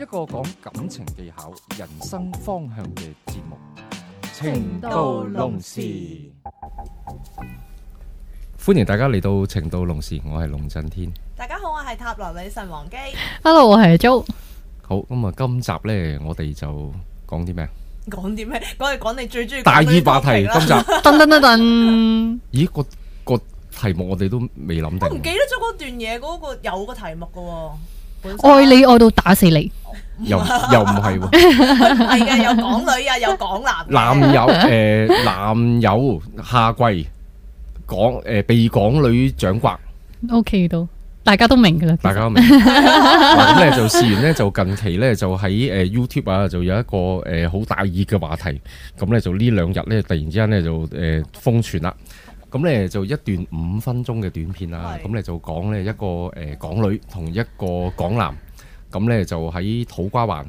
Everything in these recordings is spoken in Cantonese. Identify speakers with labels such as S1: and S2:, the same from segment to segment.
S1: 一個講感情技巧、人生方向嘅節目《
S2: 情到濃時》。
S3: 歡迎大家嚟到情到濃時，我係龍震天。
S4: 大家好，我係塔羅女神王姬。
S2: Hello，我係 Jo。
S3: 好，咁啊，今集呢，我哋就講啲咩啊？
S4: 講啲咩？講係講你最中意講
S3: 大
S4: 嗰
S3: 耳
S4: 啲
S3: 話題
S4: topic 啦
S3: 今集，
S2: 噔噔噔噔，
S3: 咦個個題目我哋都未諗
S4: 我唔記
S3: 定
S4: 得咗嗰段嘢嗰個有個題目噶喎。本身
S2: 愛你愛到打死你，
S3: 喎，又又唔係喎，
S4: 係嘅，哎有港女啊，有港男嘅。
S3: 男友誒男友下季港誒被港女掌摑，
S5: O K 都，大家都明噶啦。
S3: 大家 都明。嗱咁咧就試完呢，就近期呢，就喺誒 YouTube 啊，就有一個誒好大熱嘅話題。咁咧就呢兩日咧，突然之間咧就誒瘋傳啦。咁咧就一段五分鐘嘅短片啦。
S4: 係
S3: 咁咧就講咧一個誒港女同一個港男。咁咧就喺土瓜灣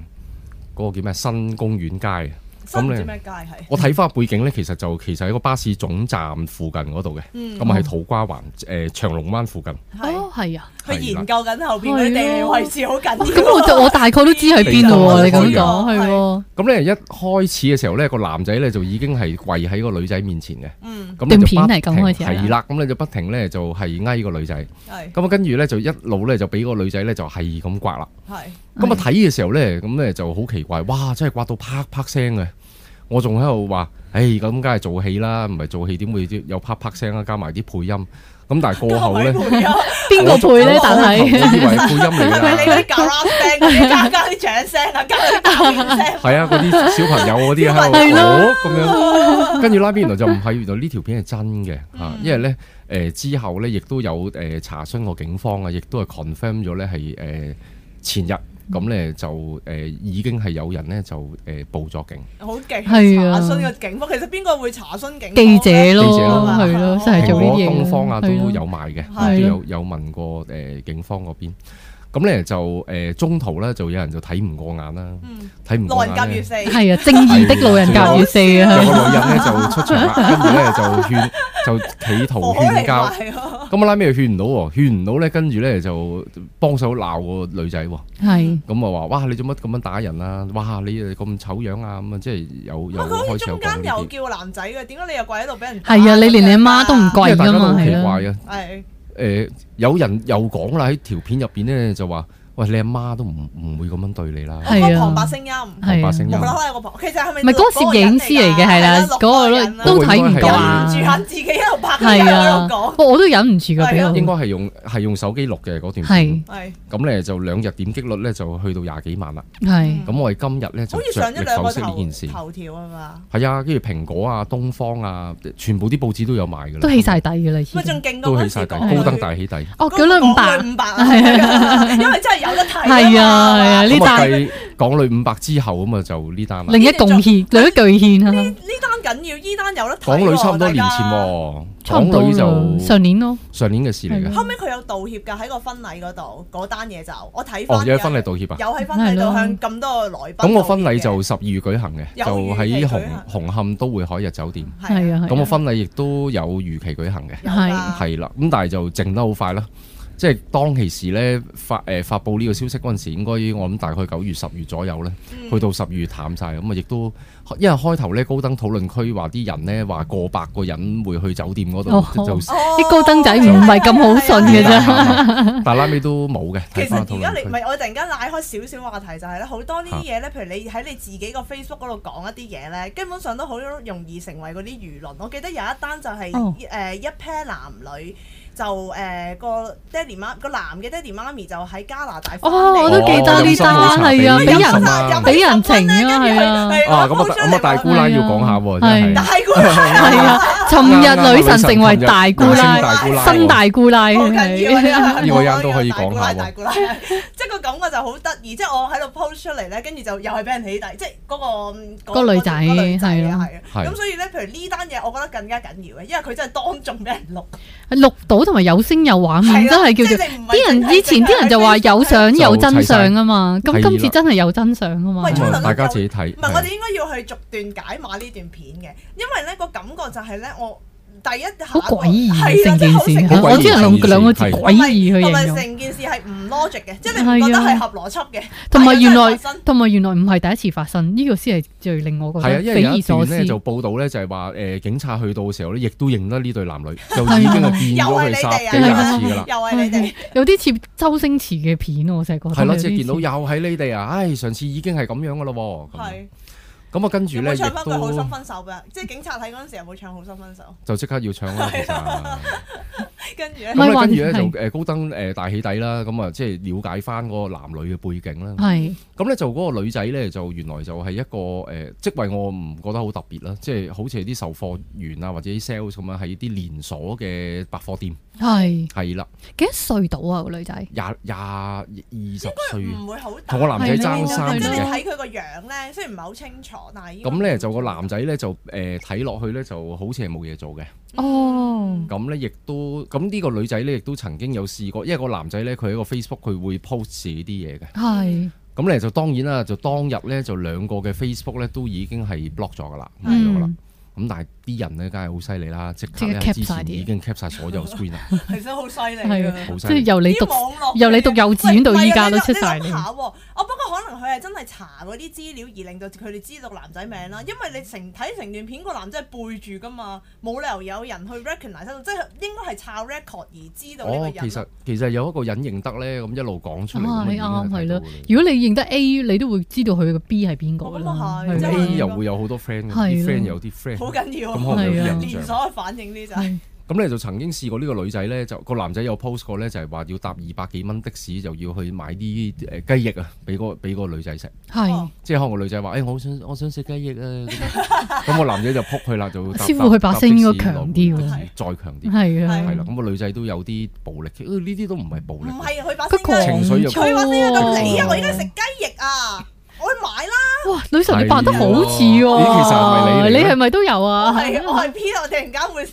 S3: 嗰個叫咩新公園街。
S4: 新唔
S3: 咁
S4: 知
S3: 你
S4: 咩街係？
S3: 我睇翻背景咧，其實就其實喺個巴士總站附近嗰度嘅。
S4: 嗯
S3: 咁啊喺土瓜灣誒長龍灣附近。
S4: 係
S5: 哦，係啊，
S4: 佢研究緊後邊嗰啲地理位置好緊
S5: 咁
S4: 要。
S5: 我哦就我大概都知喺邊咯喎。你咁講
S4: 係
S5: 係喎，
S3: 咁咧一開始嘅時候咧，個男仔咧就已經係跪喺個女仔面前嘅，
S4: 嗯，
S3: 咁你就
S5: 段
S3: 不
S5: 片係咁開始啊
S3: 停
S5: 係咪
S3: 係啦，咁你就不停咧就係翳個女仔，
S4: 係
S3: 咁啊跟住咧就一路咧就俾個女仔咧就係咁刮啦，
S4: 係
S3: 咁啊睇嘅時候咧，咁咧就好奇怪，哇！真係刮到啪啪聲嘅，我仲喺度話，誒咁梗係做戲啦，唔係做戲點會有啪啪聲啦，啊加埋啲配音，咁但係過後 咧，
S5: 邊個配咧？但
S3: 我以為
S5: 係
S3: 係配音嚟
S4: 你
S3: 㗎，
S4: 啲 garage band 嗰啲加加啲掌聲啊，加啲打面聲，
S3: 係啊，嗰啲小朋友嗰啲喺
S5: 係
S3: 度
S5: 咯
S3: 哦咁樣。跟住拉邊原來就唔係，原來呢條片係真嘅嚇，
S4: 嗯
S3: 因為咧誒、之後咧亦都有誒、查詢過警方啊，亦都係 confirm 咗咧係誒前日
S5: 嗯
S3: 咁咧就誒、已經係有人咧就誒、報咗警，
S4: 好勁！
S5: 係啊
S4: 查詢個警方，其實邊個會查詢警 方
S5: 記者
S3: 記者
S5: 咯
S3: 咯，
S5: 係咯，就係
S3: 蘋
S5: 做呢
S3: 果、
S5: 啲嘢嘅。
S3: 東方啊都
S5: 係咯
S3: 有賣嘅，
S4: 係
S3: 都有有問過誒、警方嗰邊。咁咧就誒、中途咧就有人就睇唔過眼啦，
S4: 嗯，
S3: 睇唔
S4: 老
S3: 過
S4: 人甲
S3: 眼
S4: 月
S3: 咧
S4: 四，
S5: 係啊，正義的老人甲乙四
S3: 有
S5: 啊，
S3: 個女人咧就出場啦，跟住咧就勸就企圖
S4: 火
S3: 勸
S4: 嚟
S3: 交。
S4: 賣咯，
S3: 咁我拉尾佢勸唔到喎，勸唔到咧，跟住咧就幫手鬧個女仔喎。
S5: 係
S3: 咁啊話：哇，你做乜咁樣打人啊？哇，你誒咁醜樣啊！咁啊，即係有有
S4: 哇佢好似
S3: 開始有
S4: 中
S3: 講呢
S4: 間又
S3: 啲。
S4: 叫男仔嘅，點解你又跪喺度俾人打？
S5: 係啊，你連你阿媽都唔
S3: 因
S5: 跪
S3: 為大家
S5: 噶
S3: 都
S5: 嘛，
S3: 好奇
S5: 係
S3: 怪
S5: 咯，
S3: 啊！
S4: 係
S3: 誒，有人又講啦，喺條片入邊咧就話：喂，你阿媽都唔唔會咁樣對你啦。
S5: 係啊
S4: 嗰個旁白聲音，
S5: 係
S3: 白聲
S4: 無
S3: 音
S5: 啊，
S4: 啦啦有個旁，其實係咪
S5: 唔係嗰個攝影師嚟嘅，係啦，嗰個
S4: 咧
S5: 咯都睇唔到啊
S4: 忍唔，住肯自己喺度拍，
S5: 係
S4: 喺
S5: 啊
S4: 度講，，
S5: 我我都忍唔住噶，俾我
S3: 應該係用係用手機錄嘅嗰段片。
S5: 係
S4: 係
S3: 咁咧就兩日點擊率咧就去到廿幾萬啦。
S5: 係
S3: 咁我哋今日咧就
S4: 嗯好似上
S3: 着
S4: 咗
S3: 力
S4: 兩
S3: 剖
S4: 個
S3: 析呢件事
S4: 頭。頭條啊嘛，
S3: 係啊，跟住蘋果啊、東方啊，全部啲報紙都有賣㗎啦。
S5: 都起晒底噶啦，已經
S4: 咪仲勁過
S3: 都
S4: 嗰
S3: 起
S4: 陣時
S3: 晒底，
S4: 講
S3: 高登大起底。
S5: 哦，九兩五百
S4: 港女五百啊，因為真係有得睇嘛
S5: 係啊係啊呢
S3: 咁啊
S5: 單
S3: 計港女五百之後咁啊就呢單啦。
S5: 另一貢獻，另一巨獻啊！
S4: 呢單緊要，呢單有得睇喎。
S3: 港女差唔多年前
S4: 大家，
S3: 喎，
S5: 差
S3: 港
S5: 唔多
S3: 女
S5: 啦，
S3: 就
S5: 上年咯，
S3: 上年嘅事嚟
S5: 係
S3: 嘅。
S4: 後尾佢有道歉㗎喺個婚禮嗰度，嗰單嘢就我睇翻。
S3: 哦，有婚禮道歉啊！
S4: 有喺婚禮度
S5: 係咯
S4: 向咁多個來賓道歉嘅。
S3: 咁我婚禮就十二月舉行嘅，
S4: 有
S3: 就
S4: 預期
S3: 喺
S4: 舉
S3: 紅
S4: 行
S3: 紅磡都會海逸酒店。
S4: à.
S5: 係啊，係啊
S3: 咁我婚禮亦都有如期舉行嘅，
S4: 係啊
S3: 係啦。咁但係就靜得好快啦。即係當其時咧發誒發佈呢個消息嗰陣時，應該我諗大概九月、十月左右咧。
S4: 嗯
S3: 去到十二月淡晒，咁啊亦都，因為開頭咧高登討論區話啲人咧話過百個人會去酒店嗰度
S5: 哦
S3: 就，就
S4: 嗯
S5: 啲高登仔唔
S4: 哦
S5: 係咁好信
S3: 但
S5: 嘅啫。
S3: 係但係拉尾都冇嘅。
S4: 其
S3: 睇
S4: 實
S3: 翻
S4: 而
S3: 討
S4: 家
S3: 論
S4: 你唔
S3: 區，
S4: 係我突然間拉開少少話題就係咧，好多呢啲嘢咧，譬如你喺你自己個 Facebook 嗰度講一啲嘢咧，基本上都好容易成為嗰啲輿論。我記得有一單就係
S5: 哦
S4: 誒一 pair 男女。就誒個爹哋媽個男嘅爹哋媽咪就喺加拿大翻
S5: 哦，我
S4: 嚟
S5: 都記得呢單係啊，
S3: 哦
S5: 俾
S3: 飲心
S5: 人
S3: 啊
S4: 飲
S5: 俾人情啊，係啊，
S3: 啊，咁啊，咁啊，大姑奶要講下喎，真
S4: 大
S3: 係。
S4: 姑
S5: 係啊，尋日女神成為大姑
S3: 新
S5: 奶，
S3: 大姑奶，
S5: 新大姑奶
S4: 好緊
S5: 係
S4: 要啊！
S3: 呢個音都可以講下喎
S4: 大姑奶，大姑奶 即係個感覺就好得意，即係我喺度 post 出嚟咧，跟住就又係俾人起底，即係嗰個嗯嗰
S5: 個女仔
S4: 嗰個女仔啊
S5: 係咯
S4: 係啊
S3: 係
S4: 咁所以咧，譬如呢單嘢，我覺得更加緊要嘅，因為佢真係當眾俾人錄，
S5: 錄到同埋有聲有畫
S4: 係
S5: 面，
S4: 啦
S5: 真係叫
S4: 即
S5: 做
S4: 係你唔係
S5: 啲人
S4: 淨係
S5: 以前啲人就話有相有真相啊嘛，
S3: 係
S5: 咁
S3: 啦
S5: 今次真係有真相啊嘛
S4: 喂，
S3: 咁啊大家自己睇。
S4: 唔係，我哋應該要去逐段解碼呢段片嘅，因為咧個感覺就係咧，我第一下
S5: 好詭異啊
S4: 係啦
S5: 成
S4: 真係好
S5: 件
S3: 好，
S5: 事
S4: 成
S3: 詭異
S5: 我只能
S3: 成
S5: 用
S3: 件事
S5: 兩個字
S3: 係
S5: 詭異去
S4: 同
S5: 形
S4: 埋
S5: 容，
S4: 成件事係唔 logic 嘅，即係你唔覺得係合邏輯嘅，
S5: 同埋原
S4: 但係
S5: 來
S4: 真係發生
S5: 同埋原來唔係第一次發生，呢個先係最令我覺
S3: 係啊，
S5: 得
S3: 因為
S5: 匪
S3: 有一
S5: 夷所
S3: 段
S5: 思
S3: 咧。就報道咧，就係話誒警察去到嘅時候咧，亦都認得呢對 男女，就已經係見咗佢三幾廿次噶啦。
S4: 啊又係你哋。
S5: 有啲似周星馳嘅片喎，我成日覺得
S3: 係咯，
S5: 有啲
S3: 即係見到
S5: 似
S3: 又喺呢地啊！唉，上次已經係咁樣噶咯
S5: 嗯
S3: 喎。
S4: 係，
S3: 咁咁啊，跟住
S4: 有
S3: 咧
S4: 冇
S3: 亦
S4: 唱翻句好
S3: 都
S4: 心分手㗎？即係警察睇嗰陣時有冇唱好心分手？
S3: 就即刻要唱啦，其
S4: 啊
S3: 實。
S4: 跟住咧
S5: 唔係
S3: 咁咧
S5: 話
S3: 跟住咧就
S5: 係
S3: 誒高登誒大起底啦，咁啊即係了解翻嗰個男女嘅背景
S4: 啊
S3: 啦。
S5: 係
S3: 咁咧就嗰個女仔咧就原來就係一個誒職位，我唔覺得好特別啦，即係好似係啲售貨員啊或者啲 sales 咁樣，喺啲連鎖嘅百貨店
S5: 係
S3: 係啦，
S5: 幾多歲到啊個女仔？
S3: 廿廿二十歲。
S4: 唔會好大
S3: 同個男仔爭
S5: 係
S3: 三
S5: 咯
S4: 即
S3: 年
S4: 係你
S3: 嘅，
S4: 睇佢個樣咧，雖然唔係好清楚，但係
S3: 咁咧就個 男仔咧就誒睇落去咧就好似係冇嘢做嘅，
S5: 哦
S4: 嗯
S3: 咁咧亦都咁呢個女仔咧亦都曾經有試過，因為個男仔咧佢喺個 Facebook 佢會 post 自己啲嘢嘅，
S5: 係
S3: 咁咧就當然啦，就當日咧就兩個嘅 Facebook 咧都已經係 block 咗噶啦，冇咗㗎啦。
S5: 嗯
S3: 咁但係啲人咧，梗係好犀利啦，即刻咧
S5: 即刻 cap
S3: 之
S5: 晒
S3: 前
S5: 啲
S3: 已經 cap 晒所有 screen 啦，
S4: 係真係好犀利
S5: 係
S4: 㗎
S5: 啊。
S3: 好犀
S5: 即係
S3: 利。
S5: 由你讀
S4: 啲網絡
S5: 由你讀幼稚園到依家都出
S4: 喂
S5: 晒
S4: 唔係啊你
S5: 嚟
S4: 諗你諗下，喎，我不過可能佢係真係查嗰啲資料而令到佢哋知道男仔名啦，因為你成睇成段片個男仔係背住噶嘛，冇理由有人去 recognize 得到，即係應該係抄 record 而知道呢個
S3: 哦
S4: 人，啊咯。
S3: 其實其實有一個人認得咧，咁一路講出嚟，
S5: 啊
S3: 咁啊
S5: 你
S3: 已經
S5: 啱係
S3: 睇到㗎
S5: 咯
S3: 啦。
S5: 如果你認得 A，你都會知道佢個 B 係邊個㗎啦
S4: 哦。咁啊係
S5: 係
S4: 即係
S5: 啊
S3: A 又會有好多 friend 嘅，
S5: 係
S3: 啲
S5: 咯
S3: friend 有啲 friend，
S4: 好
S3: 咁
S4: 緊要
S3: 可
S4: 啊，
S3: 能有
S5: 係啊
S3: 啲印
S4: 連
S3: 象。
S4: 鎖嘅反應呢就係
S5: 係
S3: 咁你就曾經試過呢個女仔咧，就個男仔有 post 過咧，就係話要搭二百幾蚊的士，就要去買啲誒雞翼啊，俾個俾個女仔食。
S5: 係
S4: 哦
S3: 即係可能個女仔話：，誒、哎我好想我想食雞翼啊！咁咁個男仔就撲佢啦，就搭
S5: 師傅佢把聲應該
S3: 搭的士
S5: 強啲喎
S3: 搭的士再強啲，
S5: 係啊，
S3: 係啦。咁個女仔都有啲暴力，呃呢啲都唔係暴
S4: 唔
S3: 力，
S4: 係佢把聲
S5: 佢狂
S4: 應
S3: 情緒又
S5: 躁
S4: 該佢把聲應該咁你啊，
S5: 喎
S4: 我應該食雞翼啊，我去買啦，
S5: 哇，女神你扮得好似喎，
S3: 係喎咦其實係咪你嚟㗎
S5: 你係咪都有啊？
S4: 我係我係 P，我突然間會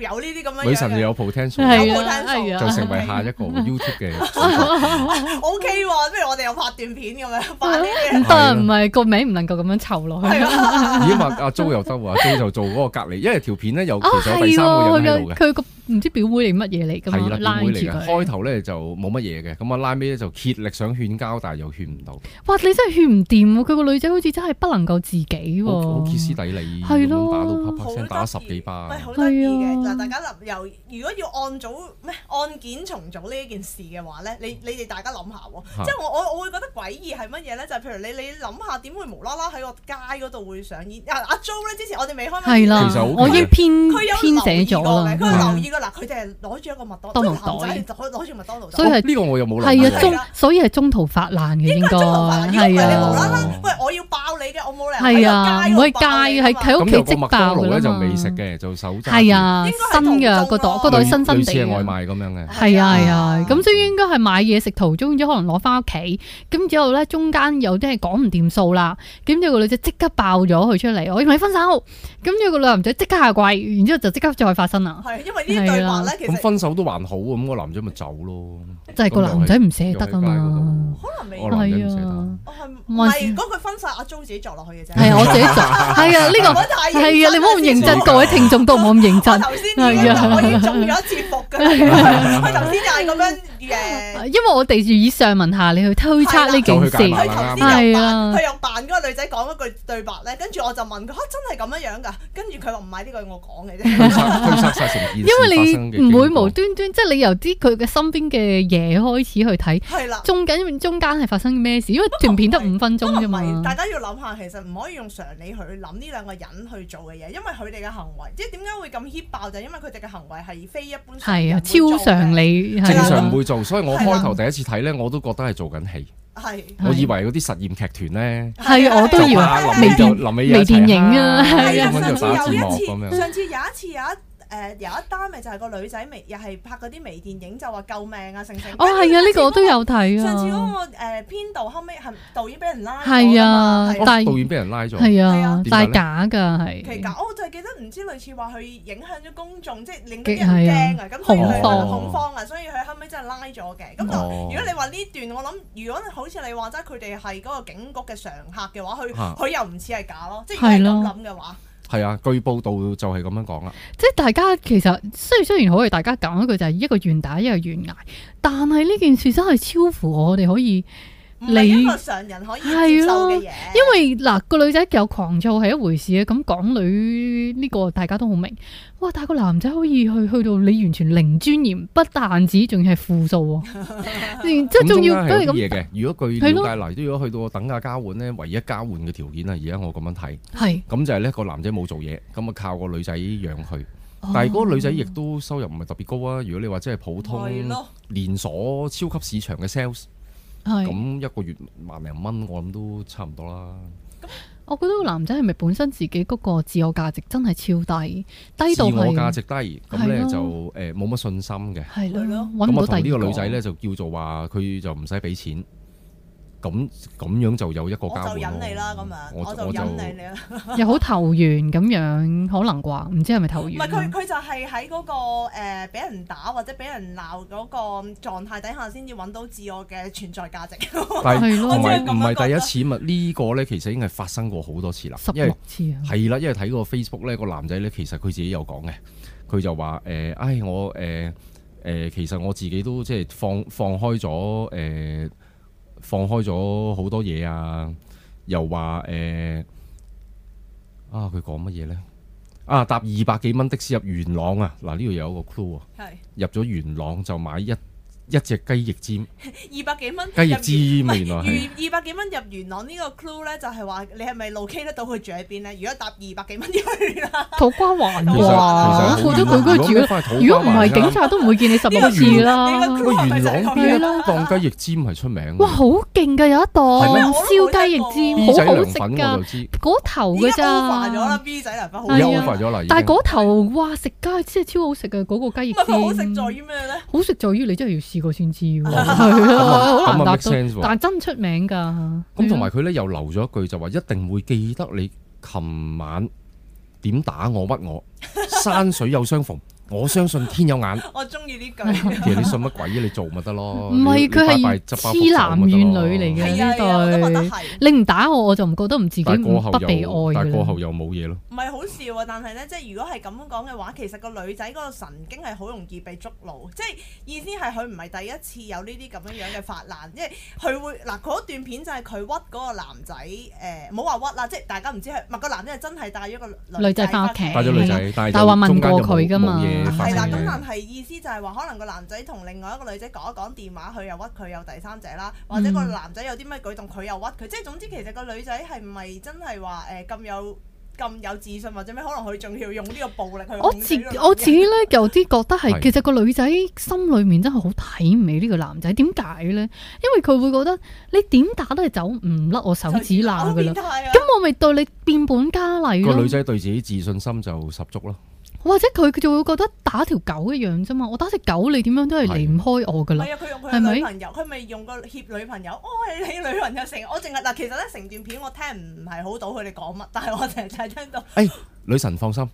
S4: 有呢啲咁樣樣嘅
S3: 女神就有
S5: 係
S3: potential，
S5: 啊，係
S3: 就
S5: 啊，
S3: 成為下一個 YouTube 嘅主角。
S4: O K 喎，不如我哋又拍段片咁樣扮呢啲
S5: 唔
S4: 人。
S5: 得，唔係個名唔能夠咁樣湊落去。
S4: 係啊
S3: 咦嘛，阿 Jo 又得喎，阿 Jo 就做嗰個隔離，因為條片咧有其
S5: 啊，
S3: 實有
S5: 係
S3: 第
S5: 喎，
S3: 三個
S5: 佢
S3: 人喺度嘅。
S5: 嘅佢個唔知表妹定乜嘢嚟㗎
S3: 係
S5: 嘛，
S3: 啦，
S5: 拉
S3: 表
S5: 住
S3: 妹嚟嘅。
S5: 佢
S3: 開。頭咧就冇乜嘢嘅，咁啊拉尾咧就竭力想勸交，但係又勸唔到，
S5: 哇！你真係勸唔掂喎，佢個女仔好似真係不能夠自己喎。
S3: 好好歇斯底里
S5: 係
S3: 咁
S5: 咯
S3: 樣打到啪啪聲，
S4: 好
S3: 打
S4: 得
S3: 咗十
S4: 意
S3: 幾巴
S4: 喂，。好得意嘅
S5: 係啊
S4: 嗱，大家諗由如果要按組咩案件重組呢一件事嘅話咧，你你哋大家諗下喎，
S3: 嗯嚇
S4: 即係我我我會覺得詭異係乜嘢咧？就係譬如你你諗下點會無啦啦喺個街嗰度會上演啊阿 Jo 咧，之前我哋未開
S5: 係
S4: 咪
S5: 啦
S3: 其實好，
S5: 我已經編
S4: 佢有留
S5: 編
S4: 意
S5: 寫咗
S4: 過
S5: 啦
S4: 嘅，。佢有留意過嗱，佢哋係攞住一個麥當
S5: 當勞
S4: 即係男仔
S5: 袋
S4: 係攞攞住麥當勞袋
S5: 所以係
S3: 哦呢個我又冇諗
S5: 係
S3: 過。
S5: 啊，
S4: 係
S5: 中
S4: 啦
S5: 所以係中途發爛嘅應該
S4: 中途發現，因
S5: 係
S4: 為你無
S5: 啊
S4: 啦啦，喂，我要爆你嘅，我冇理
S5: 係
S4: 由
S5: 啊，
S4: 喺
S5: 唔
S4: 個
S5: 會
S4: 街
S5: 街喺
S4: 喺
S5: 喺屋
S3: 咁
S5: 企
S3: 有個
S4: 啊
S5: 即
S3: 麥
S5: 爆
S3: 當勞
S5: 㗎啦
S3: 咧就
S5: 嘛。
S3: 未食嘅，就手揸。
S5: 係，啊
S4: 應，該係
S5: 新嘅
S4: 途
S5: 個
S4: 中
S5: 袋
S4: 咯
S5: 個袋新新
S3: 類似
S5: 地啊
S3: 係外
S5: 嘅。
S3: 賣咁樣嘅。
S5: 係啊係啊
S4: 啊，
S5: 咁所以應該係買嘢食途中，然之後可能攞翻屋企，咁之後咧中間有啲係講唔掂數啦，咁之後個女仔即刻爆咗佢出嚟，我要同你分手，咁之後個男仔即刻下跪，然之後就即刻再發生啦，
S4: 係因為呢啲對話
S5: 啊
S4: 咧，其
S3: 咁
S4: 實
S3: 分手都還好，咁個男仔咪走咯。
S5: 就係個男仔唔捨得 啊嘛，
S4: 可能未。
S3: 我男仔唔捨
S5: 係
S3: 得。
S5: 啊
S4: 我係唔
S5: 我
S4: 係
S5: 先
S4: 嗰句分晒阿 Jo 自己作落去嘅啫。
S5: 係啊我自己做，係啊呢個
S4: 係
S5: 係啊，你唔好咁認真，各位聽眾都唔好咁認
S4: 我
S5: 真，
S4: 頭先已經
S5: 係啊
S4: 我已經中咗一次伏㗎啦。佢頭先就係咁樣嘅。
S5: 因為我哋以上文下你去推測呢件
S3: 就去解
S5: 事
S3: 碼，
S4: 佢頭先
S5: 係
S4: 又扮，
S5: 啊
S4: 佢又扮嗰個女仔講嗰句對白咧，跟住我就問佢：啊，真係咁樣樣㗎？跟住佢話唔係呢個係我 講嘅啫。
S3: 推測推測晒成件事
S5: 因
S3: 發
S5: 為
S3: 生嘅
S5: 你唔會
S3: 經過
S5: 無端端，即係你由啲佢嘅身邊嘅嘢開始去睇，
S4: 係啦，
S5: 中緊中間係發生咩事？因為段片得五分
S4: 不
S5: 鐘
S4: 過
S5: 啫
S4: 唔係，大
S5: 嘛，
S4: 家要諗下，其實唔可以用常理去諗呢兩個人去做嘅嘢，因為佢哋嘅行為，即係點解會咁 hit 爆，就係因為佢哋嘅行為係非一般常
S5: 係啊，
S4: 人會做
S5: 超
S4: 嘅
S5: 常理
S3: 正
S5: 係啊
S3: 常唔會做，所以我
S4: 係啦
S3: 開頭第一次睇咧，我都覺得係做緊戲，
S4: 係
S5: 係
S3: 我以為嗰啲實驗劇團咧。
S5: 係啊我都
S3: 就
S5: 以為
S3: 話臨尾
S5: 微
S3: 就
S5: 電
S3: 臨尾有一
S5: 微
S3: 齊
S5: 電影啊
S3: 嗨
S5: 係
S4: 啊，
S5: 啊
S3: 咁樣
S4: 上
S3: 就
S4: 次
S3: 打字幕
S4: 有一
S3: 咁
S4: 次，
S3: 樣。
S4: 上次有一次有一。誒、有一單咪就係個女仔未，又係拍嗰啲微電影就話救命啊，成成。
S5: 哦，係啊，呢個我都
S4: 有。
S5: 有睇
S4: 上次嗰、
S5: 啊，
S4: 個誒、編導後尾係導演俾人拉咗㗎
S5: 係
S4: 嘛
S5: 啊
S4: 係，
S5: 但
S3: 哦導演
S5: 係
S3: 俾人拉咗，
S5: 係
S4: 係啊
S5: 啊，
S3: 點
S5: 但係
S3: 解
S5: 假㗎係，
S4: 其實哦我就係記得唔知類似話佢影響咗公眾，即係令到
S5: 極
S4: 啲人驚啊，咁所以佢
S5: 恐慌
S4: 恐慌啊，所以佢後尾真係拉咗嘅。咁就
S3: 哦
S4: 如果你話呢段，我諗如果好似你話齋，佢哋係嗰個警局嘅常客嘅話，佢
S3: 啊
S4: 佢又唔似係假咯，即係如果係咁諗嘅話，
S3: 係啊，據報道就係咁樣講啦。
S5: 即係大家其實雖雖然好，大家講一句就係一個懸打，一個懸崖，但係呢件事真係超乎我哋可以，
S4: 唔係啊一個
S5: 你
S4: 常人可以接
S5: 係
S4: 受
S5: 咯
S4: 嘅嘢。
S5: 因為嗱個女仔有狂躁係一回事嘅，咁港女呢個大家都好明，哇！但係個男仔可以去去到你完全零尊嚴，不但止，仲要係負數喎，即
S3: 咁
S5: 係
S3: 中
S5: 仲
S3: 間
S5: 要
S3: 係有
S5: 都
S3: 啲嘢
S5: 係
S3: 嘅
S5: 咁，。
S3: 如果據
S5: 係
S3: 了
S5: 咯
S3: 解嚟，如果去到等價交換咧，唯一交換嘅條件啊，而家我咁樣睇，
S5: 係，
S3: 咁就係呢個男仔冇做嘢，咁啊靠個女仔養佢。
S5: 哦
S3: 但係嗰個女仔亦都收入唔係特別高啊。如果你話真係普通
S4: 係咯
S3: 連鎖超級市場嘅 sales，
S5: 係，
S3: 咁一個月萬零蚊，我諗都差唔多啦。
S5: 我覺得個男仔係咪本身自己嗰個自我價值真係超低，低
S3: 自
S5: 到
S3: 我價
S5: 係
S3: 值低，咁咧
S5: 係咯
S3: 就誒冇乜信心嘅。
S5: 係
S4: 係咯
S5: 咯，揾
S3: 咁
S5: 唔
S3: 我
S5: 到
S3: 同
S5: 第
S3: 呢
S5: 二
S3: 個女仔咧就叫做話佢就唔使俾錢，咁咁樣就有一個
S4: 我
S3: 交換
S4: 就
S3: 咯
S4: 忍你啦，咁樣
S3: 我
S4: 我
S3: 就我
S4: 就
S3: 就啊
S4: 忍你你啦。
S5: 又好投緣咁樣，可能啩？唔知係咪投
S4: 唔
S5: 緣
S4: 係佢
S5: 啊？
S4: 佢就係喺嗰個誒俾人打或者俾人鬧嗰個狀態底下，先至揾到自我嘅存在價值。
S3: 但係
S5: 係咯
S3: 同埋
S4: 我真係咁樣
S3: 唔係第一次嘛？呢個咧其實已經係發生過好多次啦，
S5: 十
S3: 因為
S5: 六次啊！
S3: 係啦，因為睇過 Facebook 咧個男仔咧，其實佢自己有講嘅，佢就話誒、唉，我誒誒、其實我自己都即係放放開咗誒、放開咗好多嘢啊，又話誒、啊，佢講乜嘢咧？啊，搭二百幾蚊的士入元朗啊！嗱，呢度有一個 clue 啊，
S4: 係。
S3: 入咗元朗就買一一隻雞翼尖，
S4: 二百幾蚊
S3: 雞翼
S4: 入
S3: 尖啊
S4: 元
S3: 原來
S4: 唔
S3: 係
S4: 係二百幾蚊入元朗呢個 clue 咧，就係話你係咪 locate 得到佢住喺邊咧？如果搭二百幾蚊去啦，
S5: 土瓜灣
S3: 其實其
S4: 哇
S3: 實
S5: 哇，
S3: 好
S5: 我
S3: 遠
S5: 覺得
S3: 啊
S5: 佢嗰個住
S3: 如果
S5: 咗，
S3: 翻去土
S5: 如果唔
S3: 瓜灣
S5: 係
S3: 㗎
S5: 警察都唔會見你十
S4: 呢
S5: 六
S4: 個
S5: 次
S4: 呢個
S5: 啦。
S3: 喂，元朗邊
S5: 係
S3: 一
S5: 咯
S3: 檔雞翼尖係出名嘅，
S5: 哇，好勁㗎！有一
S3: 係咩
S5: 檔
S4: 我
S5: 燒
S4: 都
S5: 雞翼
S4: 冇
S5: 尖，
S3: B 仔
S5: 好好
S3: 涼
S5: 食
S3: 粉我就
S5: 㗎，
S3: 知，
S5: 嗰頭
S4: 而
S5: 㗎
S4: 家 over 咗啦
S5: 咋。
S4: ，B 仔嚟翻好
S5: 係啊
S3: 而
S4: 食
S3: 家 over 咗啦，已經
S5: 但係嗰頭哇，食街真係超好食嘅嗰個雞翼
S4: 唔係 佢好食在
S5: 尖。
S4: 於咩咧？
S5: 好食在於你真係要試過先知喎，
S3: 哦
S5: 係
S3: 咁啊
S5: 啊，好
S3: 咁啊
S5: 難
S3: make
S5: 答到
S3: sense 喎，
S5: 但係真出名㗎。
S3: 咁同埋佢咧又留咗一句就話一定會記得你琴晚點打我屈我，山水有 相逢。我相信天有眼，
S4: 我中意呢句，係
S3: 其實你信乜鬼啊？你做咪得咯？
S5: 唔係佢係
S3: 你拜拜執包
S5: 痴男怨女嚟
S3: 袱走咪得咯
S5: 嘅
S4: 啊，係啊我都覺得係。
S5: 你唔打我，我就唔覺得唔自己
S3: 但係過
S5: 唔
S3: 後
S5: 不
S3: 又
S5: 被愛㗎啦
S3: 但係過後又冇嘢咯。
S4: 唔係好笑啊！但係咧，即係如果係咁講嘅話，其實個女仔嗰個神經係好容易被捉路，即係意思係佢唔係第一次有呢啲咁樣樣嘅發難，即係佢會嗱嗰段片就係佢屈嗰個男仔誒，唔好話屈啦，即係大家唔知係咪個男仔係真係帶咗個
S5: 女仔返屋企
S3: 帶咗女仔，但係
S5: 但係話問過佢㗎
S3: 㗎
S5: 嘛
S4: 係啦，咁
S3: 係
S4: 但係意思就係話，可能個男仔同另外一個女仔講一講電話，佢又屈佢有第三者啦，或
S5: 嗯
S4: 者個男仔有啲咩舉動，佢又屈佢，即係總之其實個女仔係唔係真係話誒咁有咁有自信或者咩？可能佢仲要用呢個暴力去
S5: 我
S4: 控
S5: 自
S4: 制呢個男人
S5: 我自己咧有啲覺得
S3: 係
S5: 係，其實個女仔心裏面真係好睇唔起呢個男仔，點解咧？因為佢會覺得你點打都係走唔甩我手指罅噶啦，
S4: 咁
S5: 咁我咪對你變本加厲
S3: 個
S5: 咯
S3: 女。仔對自己自信心就十足咯。
S5: 或者佢佢就會覺得打條狗一樣啫嘛，我打只狗你點樣都係離唔開我噶
S4: 唔
S5: 啦。
S4: 係啊！佢用佢
S5: 係咪
S4: 女朋友，佢咪用個協女朋友。哦，你你女朋友成，我淨係嗱，其實咧成段片我聽唔係好到佢哋講乜，但係我淨係就係聽到
S3: 女神放心，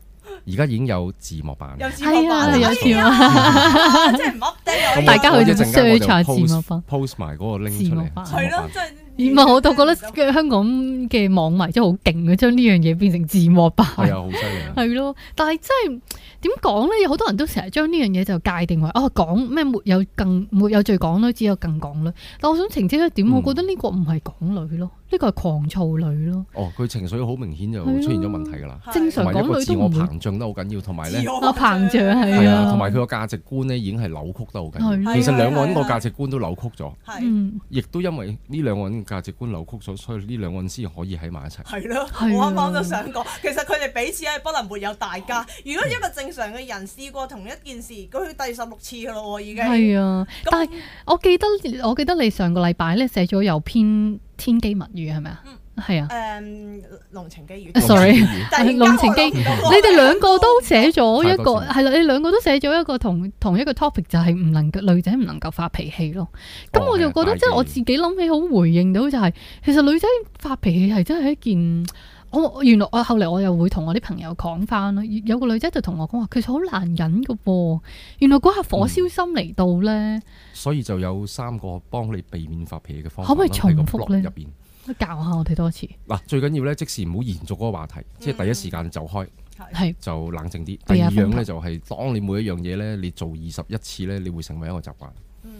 S3: 而家已經有字幕版。
S4: 有字幕
S5: 係
S4: 版
S5: 啊，
S4: 哎
S5: 有
S4: 呀
S5: 字幕
S4: 即係唔 update 哎啊我呢個
S5: 大家去
S3: 我一陣間我就
S5: search 下字幕
S3: post-
S5: 版
S3: post 埋嗰個 link 出
S5: 字幕
S3: 嚟。
S5: 版
S4: 係咯，真係啊
S5: 而唔係我就覺得嘅香港嘅網迷真係好勁嘅，將呢樣嘢變成字幕版。
S3: 係啊，好犀利啊！
S5: 係咯，但係真係點講咧？有好多人都成日將呢樣嘢就界定為哦，講咩沒有更沒有最港女，只有更港女。但我想澄清一點，
S3: 嗯
S5: 我覺得呢個唔係港女咯，呢個係狂躁女咯。
S3: 哦，佢情緒好明顯就
S5: 係啊
S3: 出現咗問題㗎啦，同
S5: 正常
S3: 埋一
S5: 港
S3: 個
S5: 女
S3: 自
S5: 都唔
S3: 我
S5: 會
S3: 膨脹得好緊要，同埋咧
S4: 自。我
S5: 啊膨脹係
S3: 係
S5: 啊，
S3: 啊，同埋佢個價值觀咧已經係扭曲得好緊
S5: 係
S3: 要。
S5: 啊
S3: 其實兩個人個
S4: 係啊係啊
S3: 價值觀都扭曲咗，
S4: 係
S5: 嗯
S3: 亦都因為呢兩個人嘅價值觀扭曲咗，所以呢兩個人先可以喺埋一齊。
S4: 係咯，
S5: 係啊
S4: 我啱啱都想講，其實佢哋彼此係不能沒有大家。如果一個正常嘅人試過同一件事，佢第十六次㗎咯喎，已經。
S5: 係啊，
S4: 咁
S5: 但係我記得我記得你上個禮拜咧寫咗有篇《天機物語》係咪啊？係啊，
S4: 誒，濃情機遇。
S5: 啊，sorry
S4: 突然間
S5: 濃情機
S4: 我諗唔到
S5: 你哋兩個都寫咗一個
S3: 太多
S5: 係啦，你兩個都寫咗一個同同一個 topic 就係唔能夠女仔唔能夠發脾氣咯。咁
S3: 哦
S5: 我就
S3: 係啊
S5: 覺得
S3: 大
S5: 即係我
S3: 忌
S5: 自己諗起好回應到就係、其實女仔發脾氣係真係一件。我我原來我後嚟我又會同我啲朋友講翻咯，有個女仔就同我講話，其實好難忍噶噃。原來嗰下火燒心嚟到咧，
S3: 所以就有三個幫你避免發脾氣嘅方法啦。
S5: 可唔可以重
S3: 喺個
S5: 複
S3: blog
S5: 呢
S3: 入邊
S5: 教下我哋多次，
S3: 嗱，最緊要咧，即時唔好延續嗰個話題，即係第一
S4: 嗯啊
S3: 時間就開，
S5: 係
S3: 就冷靜啲。
S5: 避
S3: 第
S5: 下
S3: 二
S5: 風頭
S3: 樣咧就係，當你每一樣嘢咧，你做二十一次咧，你會成為一個習慣。
S4: 嗯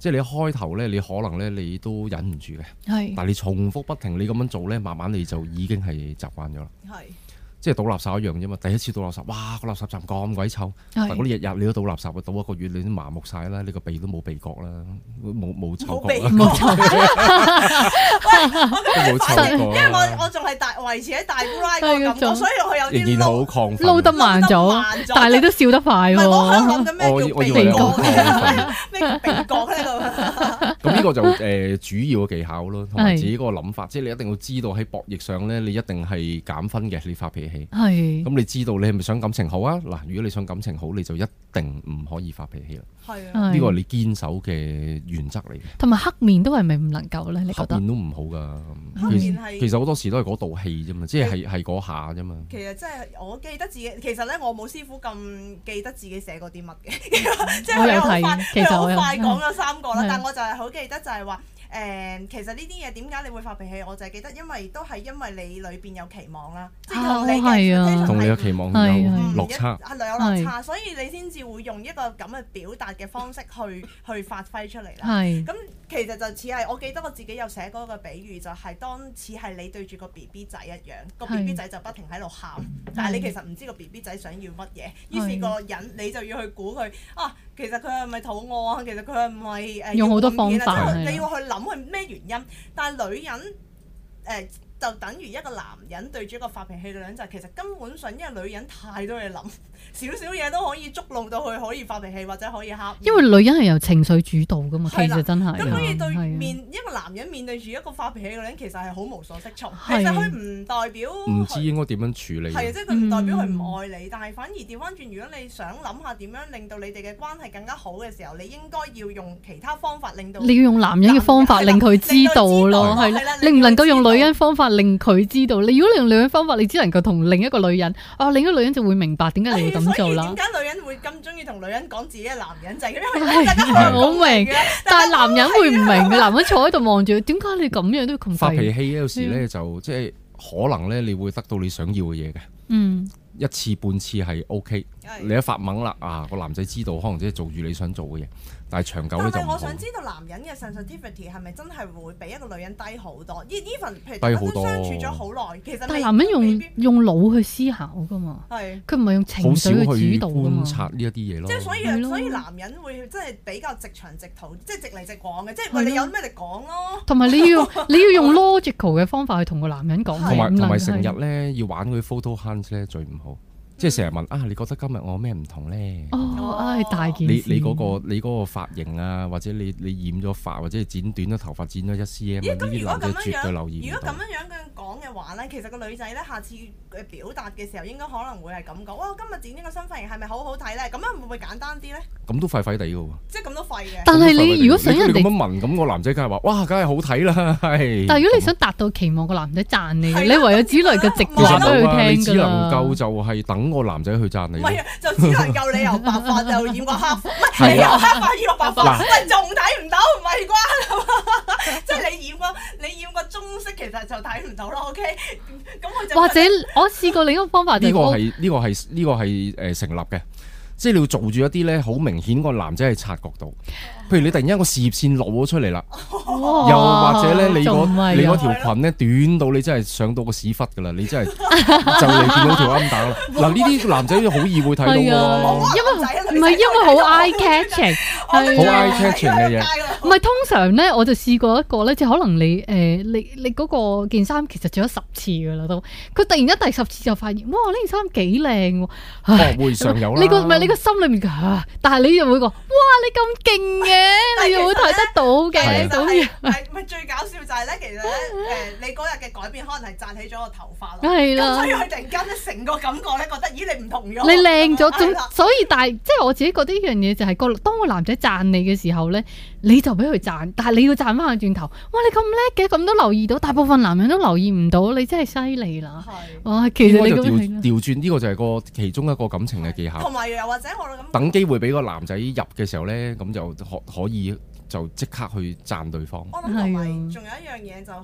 S3: 即係你一開頭咧，你可能咧你都忍唔住嘅，
S4: 嗯
S5: 係
S3: 但係你重複不停你咁樣做咧，慢慢你就已經係習慣咗啦。
S4: 係
S3: 即係倒垃圾一樣啫嘛，第一次倒垃圾，哇個垃圾站咁鬼臭，但係嗰
S5: 係
S3: 啲日日你都倒垃圾，倒一個月你都麻木晒啦，你個鼻都冇鼻覺啦，冇冇嗅
S4: 冇
S3: 覺
S4: 鼻
S3: 啦，
S4: 哥。
S3: 都冇嗅
S4: 因為
S3: 覺啦
S4: 我，我仲係大維持喺大姑奶嗰個感
S5: 係嗰
S4: 覺，
S5: 種
S4: 所以我有
S3: 仍
S4: 啲
S3: 然好亢
S4: 嬲。
S5: 撈得
S3: 奮。
S5: 慢
S4: 撈得
S5: 咗
S4: 慢咗，
S5: 但係你都笑得快
S4: 唔係我喺度
S5: 喎。
S4: 諗緊
S3: 我以我以
S4: 咩
S3: 為
S5: 鼻
S3: 你
S4: 叫
S3: 好
S5: 哥
S3: 亢
S4: 鼻
S3: 奮，
S4: 哥，咩叫鼻哥咧咁？
S3: 咁呢個 就誒主要嘅技巧咯，同埋
S5: 係
S3: 自己嗰個諗法，即係你一定要知道喺博弈上咧，你一定係減分嘅，你發脾氣。
S5: 係
S3: 咁你知道你係咪想感情好啊？嗱，如果你想感情好，你就一定唔可以發脾氣啦。
S4: 係啊，
S5: 係
S3: 呢個係你堅守嘅原則嚟嘅。
S5: 同埋黑面都係咪唔能夠咧？你覺
S3: 黑
S5: 得
S3: 面都唔好噶，
S4: 黑
S3: 其
S4: 面
S3: 實
S4: 係
S3: 其實好多時都係嗰道氣啫嘛，即係係係嗰下啫嘛。
S4: 其實真係我記得自己，其實咧我冇師傅咁記得自己寫過啲乜嘅， 即係
S5: 嗯我有
S4: 佢好快
S5: 睇嗯其實
S4: 佢好
S5: 我有
S4: 快講咗三個啦
S5: 係，
S4: 但我就係好記得就係話。誒、其實呢啲嘢點解你會發脾氣？我就係記得，因為都係因為你裏邊有期望啦，即係同你
S5: 啊係
S4: 嘅
S5: 啊
S4: expectation
S3: 同你嘅
S4: 係
S3: 期望
S5: 係
S3: 有
S5: 係
S3: 落差，
S4: 係有落差，所以你先至會用一個咁嘅表達嘅方式去去發揮出嚟啦。
S5: 係
S4: 咁其實就似係我記得我自己有寫過一個比喻，就係、當似係你對住個 B B 仔一樣，個
S5: 係
S4: B B 仔就不停喺度喊，但係你其實唔知個 B B 仔想要乜嘢，於是個人你就要去估佢啊，其實佢係咪肚餓啊？其實佢係咪誒
S5: 用好多方法
S4: 要
S5: 係啊
S4: 換片啊即係你要去諗佢咩原因，但係女人誒。呃就等於一個男人對住一個發脾氣嘅女人，就係其實根本上因為女人太多嘢諗，少少嘢都可以觸怒到佢可以發脾氣或者可以嚇。
S5: 因為女人係由情緒主導噶嘛，其
S4: 係啦
S5: 實真係。
S4: 咁所以對面
S5: 係
S4: 一個男人面對住一個發脾氣嘅女人，其實係好無所適從。其
S5: 係
S4: 實佢唔代表
S3: 唔
S4: 佢
S3: 知應該點樣處理。
S4: 係啊，即係佢唔代表佢唔愛你，但係反而調翻轉，如果你想諗下點樣令到你哋嘅關係更加好嘅時候，你應該要用其他方法令
S5: 啊
S4: 到。
S5: 你要用男人嘅方法令佢知道咯，係
S4: 係啦
S5: 啦，
S4: 你
S5: 你唔
S4: 要
S5: 能夠用
S4: 知道
S5: 女人方法令佢知道。你如果你用女人方法，你只能夠同另一個女人，哦，另一個女人就會明白點解你要咁做啦
S4: 所以。點解女人會咁中意同女人講自己嘅男人就係因為大家
S5: 係我明，
S4: 嘅，
S5: 但係男人會唔明嘅，男人坐喺度望住，點解你咁樣都咁
S3: 發脾
S5: 廢？
S3: 氣有時
S5: 嗯
S3: 咧就即係可能咧，你會得到你想要嘅嘢嘅。
S5: 嗯，
S3: 一次半次係 O K，
S4: 係
S3: 你一發猛啦啊，個男仔知道可能即係做住你想做嘅嘢，但係長久咧
S4: 但
S3: 就唔
S4: 係我
S3: 好。
S4: 想知道男人嘅 sensitivity 係咪真係會比一個女人低好多？e even 譬如大
S3: 低
S4: 家
S3: 好
S4: 都
S3: 多
S4: 相處咗好耐，其實
S5: 但係
S4: 你
S5: 男人
S4: 未
S5: 用
S4: 必
S5: 用腦去思考噶嘛，
S4: 係。
S5: 佢唔係用情
S3: 好
S5: 緒
S3: 少
S5: 去
S3: 去
S5: 主導噶嘛
S3: 觀。察呢一啲嘢咯
S4: 即。係所以
S5: 係咯
S4: 所以男人會即係比較直腸直肚，即係直嚟直往嘅，即
S5: 係咯
S4: 係你有咩你講咯。
S5: 同埋你要你要用 logical 嘅方法去同個男人講嘢，
S3: 同埋
S5: 唔能
S3: 同埋
S5: 夠
S3: 成日
S5: 係
S3: 咧要玩嗰啲 photo hunt 咧最唔好，即係成日問啊，你覺得今日我咩唔同咧？
S5: 哦，唉，大件
S3: 你
S5: 事
S3: 你嗰、個你嗰個髮型啊，或者你你染咗髮，或者係剪短咗頭髮，剪咗一 cm，
S4: 咦，
S3: 啊呢
S4: 咁
S3: 啲
S4: 如果
S3: 男仔
S4: 咁樣
S3: 絕對
S4: 樣，
S3: 留意唔
S4: 如果
S3: 到
S4: 咁。樣樣咁講嘅話咧，其實個女仔咧，下次嘅表達嘅時候，應該可能會係咁講：哇，我今日剪呢個新髮型係咪好好睇咧？咁樣會唔會簡單啲 咧？
S3: 咁都廢廢地嘅喎。
S4: 即係咁都廢嘅。
S5: 但係
S3: 咁都廢廢
S5: 你
S3: 地
S5: 如果想人
S3: 你咁
S5: 哋，
S3: 樣問，咁個男仔梗係話：哇，梗係好睇啦！係
S5: 但係如果你想達到期望，個男仔讚你，
S4: 係啦
S5: 你唯有只能夠直
S3: 其
S5: 話
S3: 實
S5: 俾
S3: 冇啊，
S5: 佢
S3: 你
S5: 聽
S3: 只
S5: 㗎
S3: 能夠
S5: 啦。
S3: 就係等咁個男仔去贊你
S4: 唔
S3: 咯。
S4: 係啊，就只能夠你由白髮就染個黑髮，唔係
S3: 係啊
S4: 你由黑髮染個白髮，
S3: 嗱
S4: 喂仲睇唔到，唔係啩？ 即係你染個你染個中式，其實就睇唔到咯。OK，咁我就
S5: 或者我試過另一個方法就
S3: 呢
S5: 係
S3: 個
S5: 我
S3: 係呢個係呢個係誒成立嘅，即係你要做住一啲咧好明顯個男仔係察覺到，譬如你突然間個事業線露咗出嚟啦，又或者咧你
S5: 哦仲唔係
S3: 嗰
S5: 啊
S3: 你嗰條裙咧短到你真係上到個屎忽噶啦，你 真係就嚟見到條啱帶啦。嗱呢啲男仔好易會睇到
S5: 係啊
S3: 喎，
S5: 因為唔係因為好 eye catching，
S3: 好
S5: 係啊
S3: eye catching 嘅嘢。
S5: 唔係通常咧，我就試過一個咧，就可能你誒、你你嗰個件衫其實着咗十次噶啦都，佢突然間第十次就發現，哇呢件衫幾靚喎！唉
S3: 哦會上有啦。
S5: 你個唔係你個心裏面㗎，啊但係你又會講，哇你咁勁 嘅，你又會睇得到
S3: 啊
S5: 嘅
S4: 但
S5: 咁
S4: 係
S5: 樣，
S4: 係咪最搞笑就係咧？其實咧，誒，你嗰日嘅改變可能係紮起咗個頭髮啦，
S5: 係
S4: 咁
S5: 啦
S4: 所以。佢突然間咧成個感覺咧覺得，咦，你唔同咗，
S5: 你靚咗，
S4: 係
S5: 總
S4: 啦
S5: 所以但係即係我自己覺得呢樣嘢就係個當個男仔讚你嘅時候咧，你就俾佢讚，但係你要讚翻佢轉頭，哇你咁叻嘅，咁都留意到，大部分男人都留意唔到，你真係犀利啦！
S4: 係
S5: 哇，其
S3: 應
S5: 實
S3: 該
S5: 你
S3: 就
S5: 咁
S3: 調
S5: 係啦
S3: 調轉呢個就係個其中一個感情嘅技巧
S4: 同。埋又或者我咁
S3: 等機會俾個男仔入嘅時候咧，咁就可可以就即刻去讚對方。
S4: 我諗同
S5: 係啊
S4: 埋仲有一樣嘢就係誒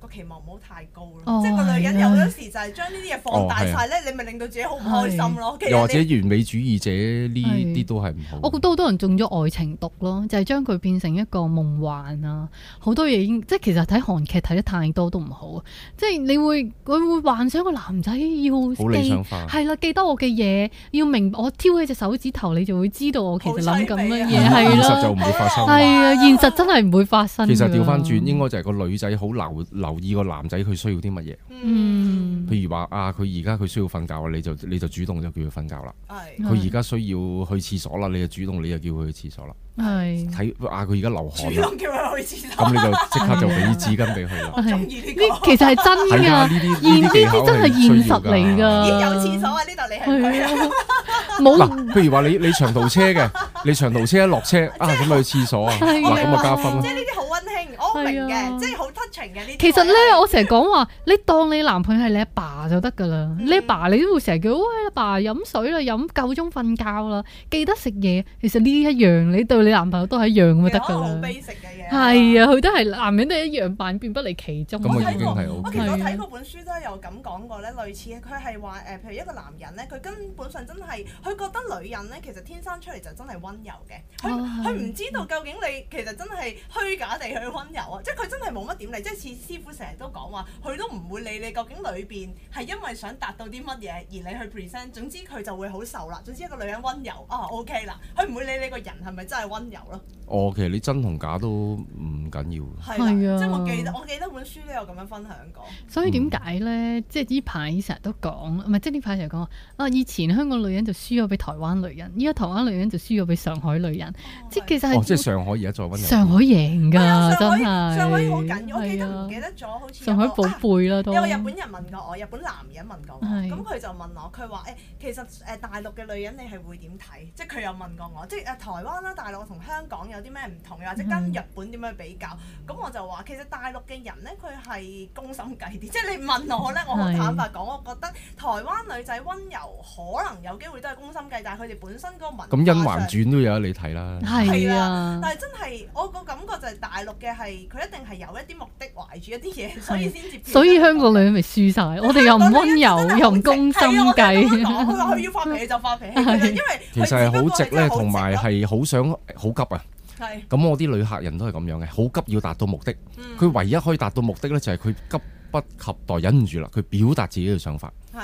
S4: 個期望唔好太高咯，
S5: 哦
S4: 即係個女人
S5: 係
S4: 有
S5: 啊
S4: 好多時就係將呢啲嘢放大晒咧，你咪令到自己好唔開心咯。其實
S3: 又或者
S4: 你
S3: 完美主義者呢啲
S5: 係
S3: 都係唔好。
S5: 我覺得好多人中咗愛情毒咯，就係、將佢變成一個夢幻啊！好多嘢已經即係其實睇韓劇睇得太多都唔好啊！即係你會佢會幻想個男仔要
S3: 好理
S5: 記
S3: 想化
S5: 係啦，記得我嘅嘢，要明我挑起隻手指頭，你就會知道我其實諗緊乜
S4: 好啊
S5: 嘢
S4: 悽
S5: 係
S3: 現實就
S5: 啦，
S3: 唔會發生。
S5: 係啊，現實真係唔會發生㗎。
S3: 其實調翻轉，應該就係個女仔好留留意個男仔佢需要啲乜嘢。
S5: 嗯
S3: 譬如話啊，佢而家佢需要瞓覺啦，你就你就主動就叫佢瞓覺啦。
S4: 係
S5: 嗯
S3: 佢而家需要去廁所啦，你就主動你就叫佢去廁所啦。
S5: 係
S3: 睇啊，佢而家流汗
S4: 主
S3: 啦，
S4: 動叫佢去廁所，
S3: 咁你就即刻就俾紙巾俾佢啦。
S4: 我中意呢
S5: 呢
S4: 個。
S5: 其實係真
S3: 係啊㗎，呢
S5: 㗎，
S3: 啲
S5: 現呢
S3: 呢啲技
S5: 啲
S3: 巧
S5: 真係
S3: 需
S5: 現
S3: 要
S5: 實嚟
S3: 㗎。
S5: 㗎。
S4: 咦，有廁所啊？呢度你係
S5: 係
S4: 去啊？
S5: 啊，冇
S3: 嗱，譬如話你你長途車嘅，你長途車一落車 啊，咁咪去廁所啊，
S5: 係啊
S3: 嗱咁啊加分啦
S4: 即。係呢啲好溫馨，我明
S5: 係啊
S4: 嘅，即係好 touching 嘅呢啲位。
S5: 其實咧，我成日講話，你當你男朋友係你阿爸就得噶啦。
S4: 嗯
S5: 你阿爸你都會成日叫，喂，阿爸飲水啦，飲夠鐘瞓覺啦，記得食嘢。其實呢啲一樣，你對你男朋友都係一樣咁就得
S4: 其實可
S5: 噶
S4: 啊能好
S5: 啦。
S4: basic 嘅嘢。
S5: 係啊，佢都係男人都係一樣扮變不離其宗。
S3: 咁
S4: 我
S3: 啊已
S4: 睇
S3: 經
S4: 過
S3: 係 O K
S4: 我其。實我睇
S5: 係啊
S4: 過本書都有咁講過咧，類似佢係話誒，譬如一個男人咧，佢根本上真係佢覺得女人咧，其實天生出嚟就真係温柔嘅，佢
S5: 哦係
S4: 佢唔知道究竟你其實真係虛假地去温柔啊，即係佢真係冇乜點理，即係似師傅成日都講話，佢都唔會理你究竟裏邊係因為想達到啲乜嘢而你去 present，總之佢就會好受啦。總之一個女人温柔啊 OK 啦，佢唔會理你個人係咪真係温柔咯。
S3: 哦，其實你真同假都唔緊要。
S4: 係
S5: 係啊
S4: 啦，即係我記得我記得本書都有咁樣分享過。
S5: 所以點解咧？即係呢排成日都講，唔係即係呢排成日講啊！以前香港女人就輸咗俾台灣女人，依家台灣女人就輸咗俾上海女人。即係其實
S3: 哦，即係
S5: 係
S3: 上海而家再温柔。
S5: 啊上海贏㗎，真係
S4: 啊上海上海好緊要，我記得
S5: 係啊
S4: 唔記得咗，好似有
S5: 上海
S4: 個
S5: 寶
S4: 啊
S5: 貝啦都。
S4: 有個日本人問過我，日本男人問過我，
S5: 係
S4: 咁佢就問我，佢話誒，其實誒大陸嘅女人你係會點睇？即係佢又問過我，即係誒台灣啦、大陸同香港有啲咩唔同，又或者跟
S5: 係
S4: 日本點樣比較？咁我就話其實大陸嘅人咧，佢係攻心計啲，即係你問我咧，我好
S5: 係
S4: 坦白講，我覺得台灣女仔温柔，可能有機會都係攻心計，但係佢哋本身嗰個文化
S3: 咁《甄
S4: 上
S3: 嬛傳》都有得你睇啦。
S5: 係啊，
S4: 但係真係我個感覺就係大陸嘅係佢一定係有一啲目的懷住一啲嘢，所以先至。
S5: 所以香港女人咪輸晒，我哋又唔温柔，
S4: 啊
S5: 又唔攻心計，
S4: 佢話佢要發脾氣就發脾氣，因為
S3: 其實係好直咧，同埋
S5: 啊
S3: 係好想好急啊！
S4: 係
S3: 咁我啲女客人都係咁樣嘅，好急要達到目的。
S5: 嗯
S3: 佢唯一可以達到目的咧，就係佢急不及待，忍唔住啦，佢表達自己嘅想法。
S4: 係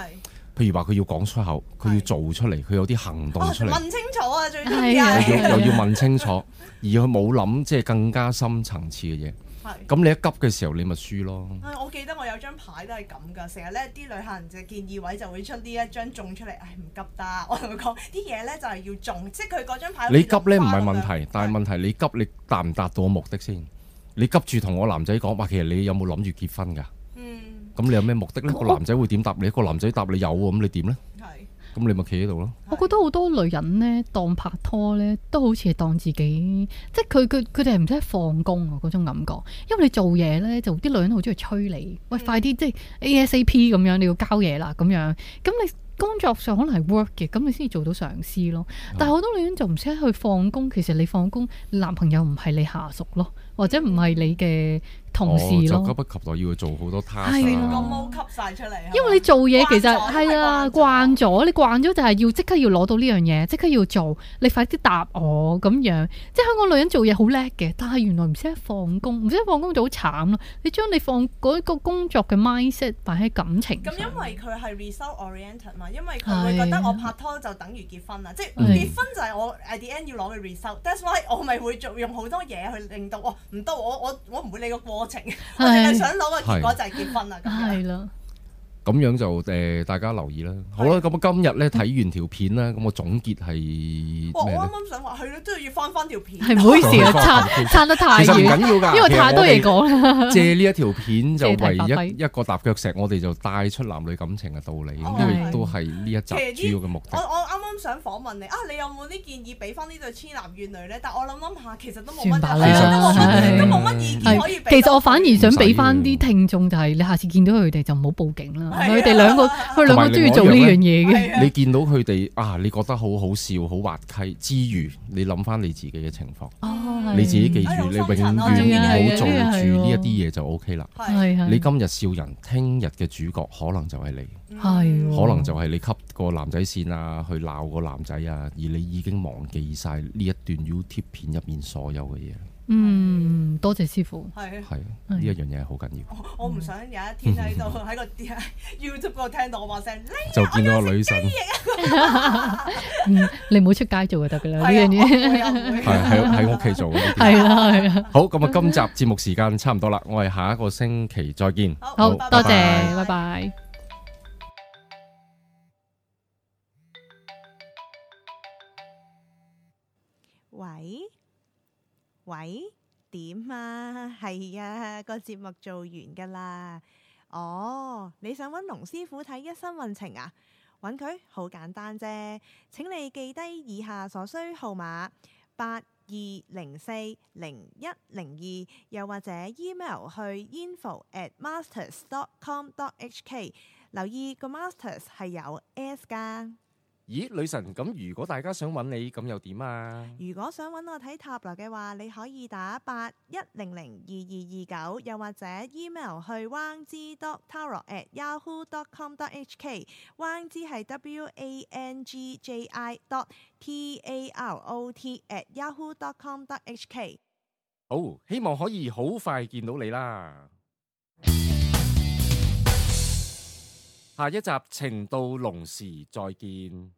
S3: 譬如話佢要講出口，佢要
S4: 係
S3: 做出嚟，佢有啲行
S5: 哦
S3: 動出嚟，
S4: 問清楚啊，最緊
S5: 係
S4: 要
S5: 啊
S3: 又
S4: 係
S3: 要又要問清楚，而佢冇諗即係更加深層次嘅嘢。
S4: 係。
S3: 咁你一急嘅時候，你咪輸咯。
S4: 唉，我記得我有張牌都係咁噶，成日咧啲旅行就建議位就會出呢一張中出嚟，唉唔急得，我同佢講啲嘢咧就係要中，即係佢嗰張
S5: 啊
S4: 牌。
S3: 你急咧唔係問題，但係問題你急你達唔達到個目的先？你急住同我男仔講，哇，其實你有冇諗住結婚㗎？
S4: 嗯
S3: 咁你有咩目的呢？
S5: 我
S3: 個男仔會點答你？個男仔答你有喎，咁你點呢？
S4: 係
S3: 咁你咪企喺度咯。
S5: 我覺得好多女人咧，當拍拖咧，都好似係當自己，即係佢佢佢哋係唔使放工啊嗰種感覺，因為你做嘢咧，就啲女人好中意催你，喂快啲即係 ASAP 咁樣，你要交嘢啦咁樣，咁你工作上可能係 work 嘅，咁你先至做到上司咯。但係好多女人就唔識去放工，其實你放工，男朋友唔係你下屬咯，或者唔係你嘅同事
S3: 哦就急
S5: 咯，
S3: 不及待要做好多 task
S5: 係
S4: 個
S5: 啦
S3: 啊。
S4: 毛吸晒出嚟。
S5: 因為你做嘢其實
S4: 慣咗
S5: 係啊慣
S4: 慣
S5: 咗，你慣咗就係要即刻要攞到呢樣嘢，即刻要做，你快啲答我咁樣。即係香港女人做嘢好叻嘅，但係原來唔識得放工，唔識得放工就好慘咯。你將你放嗰個工作嘅 mindset 擺喺感情
S4: 咁
S5: 上，
S4: 因為佢係 result oriented 嘛，因為佢會覺得
S5: 係
S4: 我拍拖就等於結婚啦，即係
S5: 嗯
S4: 結婚就係我 at the end 要攞嘅 result。That's why 我咪會做用好多嘢去令到我唔得，我我我唔會理個過程，我淨係想攞個結果就係結婚啦咁樣。
S5: 係啦，
S3: 咁樣就誒、大家留意啦。好啦，咁啊今日咧睇完條片啦，咁我總結
S4: 哇！
S3: 係
S4: 我
S3: 咩咧
S4: 啱？啱想話係咯，都要翻翻條片。
S5: 係唔好意思啊，
S3: 放
S5: 撐撐得太
S3: 其實唔
S5: 遠，
S3: 緊要㗎，
S5: 因為太多嘢
S3: 其實
S5: 講啦。
S3: 我哋借呢一條片就
S5: 借題發
S3: 為
S5: 揮
S3: 一一個踏腳石，我哋就帶出男女感情嘅道理，
S4: 哦
S3: 咁呢個亦都係呢一集主要嘅目
S4: 我
S3: 的。
S4: 我啱啱想訪問你啊，你有冇啲建議俾翻呢對痴男怨女咧？但我諗諗下，其實都冇乜，
S5: 算吧
S3: 啦
S4: 係啊都冇乜
S3: 係
S4: 都冇乜意見可以
S5: 係，
S4: 俾到佢。
S5: 其實我反而想俾翻
S3: 唔使
S5: 啲
S3: 嘅
S5: 聽眾就係、你下次見到佢哋就唔好報警啦。
S4: 係啊
S5: 佢哋兩個，佢兩個中意做呢樣嘢嘅。
S4: 係啊
S3: 你見到佢哋啊，你覺得好好笑、好滑稽之餘，你諗翻你自己嘅情況，
S5: 哦
S3: 你自己記
S4: 哎呀
S3: 住，
S4: 好
S3: 你
S4: 深
S3: 永遠
S4: 層
S3: 唔
S4: 啊
S3: 好做
S5: 係啊係啊
S3: 住呢一
S5: 係啊
S3: 啲嘢就 O K 啦。
S4: 係
S5: 係係
S3: 你今日笑人，聽日嘅主角可能就係你。
S4: 嗯
S5: 係喎
S3: 可能就係你吸個男仔線啊，去鬧個男仔啊，而你已經忘記晒呢一段 YouTube 片入面所有嘅嘢，
S5: 嗯，多謝師傅。
S4: 係啊
S3: 係呢一樣嘢係好緊要。
S4: 我我唔想有一天喺度喺個 YouTube 嗰度聽到我把聲，呢
S3: 就見到個女神，
S5: 嗯，你唔好出街做就得噶啦呢樣 嘢。
S4: 係啊，我會
S3: 係
S4: 啊會
S3: 喺喺屋企做嘅呢啲。
S5: 係啦係啦，
S3: 好，咁啊，今集節目時間差唔多啦，我哋下一個星期再見。
S5: 好
S3: 好
S5: 多謝，
S3: 拜拜
S5: 拜拜。
S6: 喂喂，點啊？ 係啊，個節目做完噶啦。哦，你想揾龍師傅睇一生運程啊？揾佢好簡單啫。請你記低以下所需號碼：八二零四零一零二，又或者 email 去 info at masters dot com dot hk。留意個 masters 係有 s 㗎。
S3: 咦，女神，咁如果大家想揾你，咁又點啊？
S6: 如果想揾我睇塔羅嘅話，你可以打八一零零二二二九，又或者 email 去 wang z dot tarot at yahoo dot com dot hk。wang z 係 w a n g j i dot t a r o t at yahoo dot com dot hk。
S3: 好，希望可以好快見到你啦。下一集情到濃時再見。